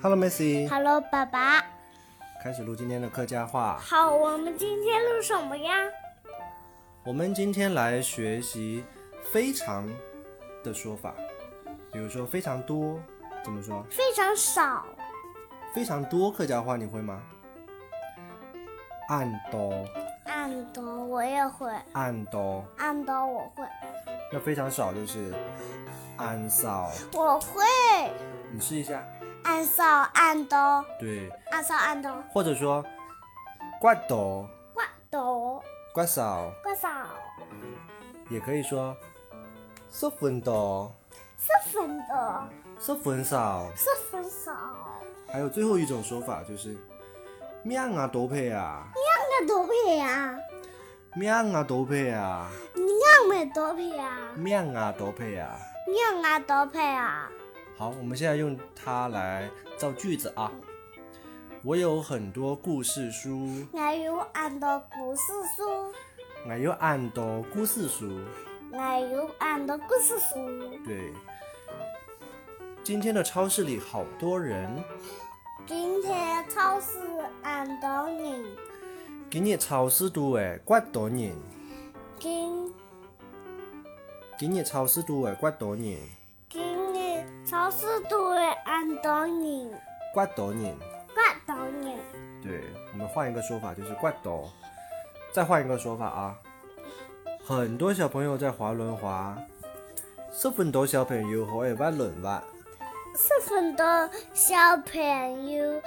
Hello Messi， Hello，爸爸。开始录今天的客家话。好，我们今天录什么呀？我们今天来学习“非常”的说法，比如说“非常多”怎么说？非常少，非常多客家话你会吗？按多，按多我也会，按多。按多我会，那非常少就是按少，我会你试一下。按少按多，对，按少按多，或者说挂多、挂多挂少，挂少，也可以说十分多、是粉的，十分少。是粉少，还有最后一种说法就是面啊多配啊，那个多撇呀，面啊多配啊，那没多撇呀，面啊多配啊。那啊多撇啊，好，我们现在用它来造句子啊。我有很多故事书，我有按多故事书，我有很多故事书。我有按多故事书，对，今天的超市里好多人，今天超市按多人。今日超市都会刮多人，今今日超市都会刮多人，今日超市都会按到你，刮多人。挂到你，对，我们换一个说法，就是怪斗。再换一个说法啊，很多小朋友在滑轮滑，十分多小朋友可以玩轮滑，十分多小朋友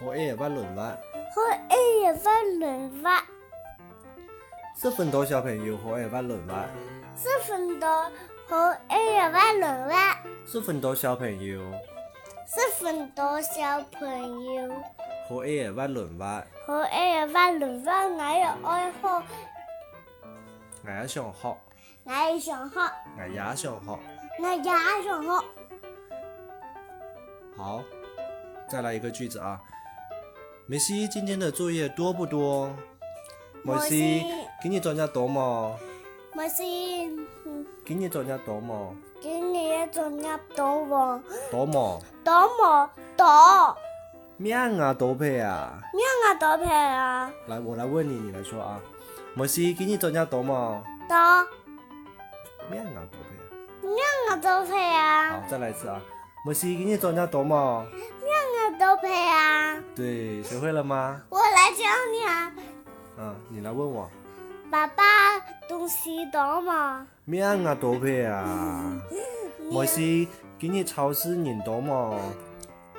可以玩轮滑，和一人玩轮滑，十分多小朋友可以玩轮滑，十分多和一人玩轮滑，十分多小朋友十分多小朋友可以玩轮滑。和一人玩轮滑，我的爱好，我也想学，我也想学，我也想学。我也想学，好，再来一个句子啊。梅西，今天的作业多不多？梅西梅西，今日作业多么？我是嗯今日作业多么？今年仲入到王，多么？到冇到。面啊，多配啊！你我多皮啊，来，我来问你，你来说啊。没事，今日作业多么？多面啊，多配你我多皮啊！啊，好，再来一次啊。没事，今日作业多么？你我多皮啊，对，学会了吗？我来教你啊，嗯，你来问我。爸爸东西多吗？面啊，多配啊！没事，今日超市人多么？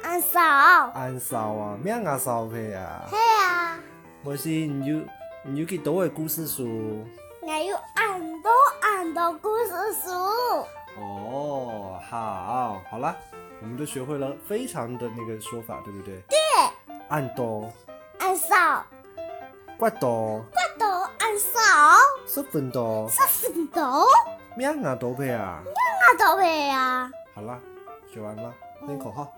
俺少，安少啊，面啊少配啊！嘿啊，没事，你有你有几多的故事书？我要俺多俺多故事书，哦，好，好啦，我们都学会了非常的那个说法，对不对？对。按多、俺少，刮多、不多俺少，十分多、这是多，面啊多配啊。我多皮啊，好啦，学完了，念口号。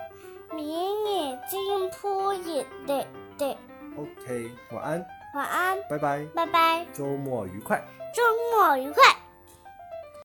明年金铺一对对， OK，晚安，晚安，拜拜，拜拜，周末愉快。周末愉快。